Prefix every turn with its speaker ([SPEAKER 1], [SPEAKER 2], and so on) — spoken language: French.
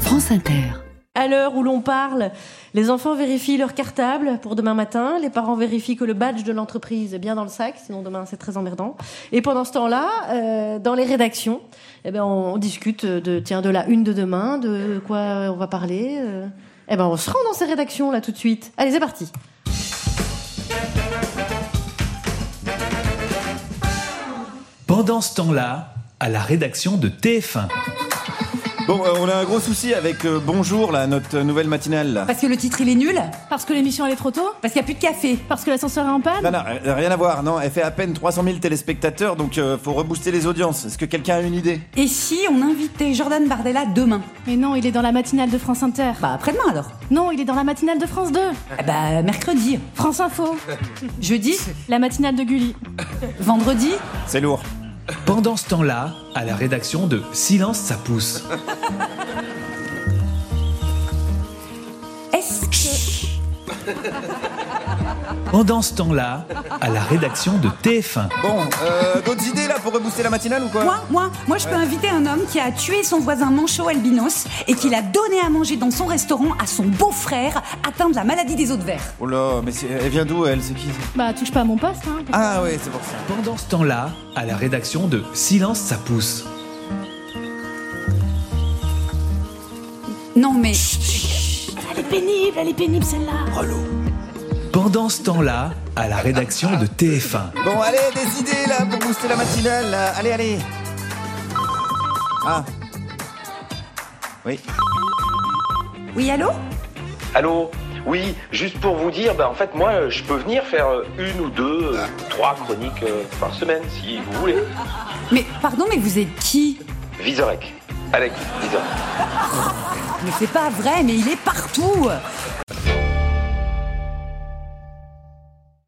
[SPEAKER 1] France Inter.
[SPEAKER 2] À l'heure où l'on parle, les enfants vérifient leur cartable pour demain matin, les parents vérifient que le badge de l'entreprise est bien dans le sac, sinon demain c'est très emmerdant. Et pendant ce temps-là, euh, dans les rédactions, eh ben on, on discute de tiens de la une de demain, de quoi on va parler. euh. Eh ben on se rend dans ces rédactions là tout de suite. Allez, c'est parti.
[SPEAKER 3] Pendant ce temps-là, à la rédaction de TF1.
[SPEAKER 4] Bon, euh, on a un gros souci avec euh, Bonjour, là, notre euh, nouvelle matinale. Là.
[SPEAKER 5] Parce que le titre il est nul
[SPEAKER 6] Parce que l'émission elle Oh, est trop tôt
[SPEAKER 5] Parce qu'il n'y a plus de café
[SPEAKER 6] Parce que l'ascenseur est en panne
[SPEAKER 4] Non, non, euh, rien à voir, non, elle fait à peine 300 000 téléspectateurs, donc euh, faut rebooster les audiences. Est-ce que quelqu'un a une idée
[SPEAKER 5] Et si on invitait Jordan Bardella demain
[SPEAKER 6] Mais non, il est dans la matinale de France Inter.
[SPEAKER 5] Bah après-demain alors
[SPEAKER 6] Non, il est dans la matinale de France 2.
[SPEAKER 5] Ah Bah mercredi,
[SPEAKER 6] France Info.
[SPEAKER 5] jeudi,
[SPEAKER 6] La matinale de Gulli.
[SPEAKER 5] vendredi,
[SPEAKER 4] C'est lourd.
[SPEAKER 3] Pendant ce temps-là, à la rédaction de Silence ça pousse.
[SPEAKER 5] est-ce que...
[SPEAKER 3] Pendant ce temps-là, à la rédaction de TF1.
[SPEAKER 4] Bon, euh, d'autres idées là pour rebooster la matinale ou quoi
[SPEAKER 5] Moi, moi, moi je peux inviter un homme qui a tué son voisin manchot albinos et qui l'a donné à manger dans son restaurant à son beau-frère atteint de la maladie des os de verre.
[SPEAKER 4] Oh là, mais c'est- elle vient d'où elle C'est qui ça
[SPEAKER 6] Bah touche pas à mon poste, hein.
[SPEAKER 4] Ah ouais, c'est pour ça.
[SPEAKER 3] Pendant ce temps-là, à la rédaction de Silence ça pousse.
[SPEAKER 5] Non mais...
[SPEAKER 6] Elle est pénible, elle est pénible celle-là.
[SPEAKER 3] Pendant ce temps-là, à la rédaction de TF1.
[SPEAKER 4] Bon, allez, des idées là pour booster la matinale, là. allez, allez. Ah. Oui.
[SPEAKER 5] Oui allô
[SPEAKER 7] Allô Oui, juste pour vous dire, bah, en fait, moi, euh, je peux venir faire euh, une ou deux, euh, trois chroniques euh, par semaine, si vous voulez.
[SPEAKER 5] Mais pardon mais vous êtes qui
[SPEAKER 7] Visorek. Alex, Visorek.
[SPEAKER 5] Mais c'est pas vrai, mais il est partout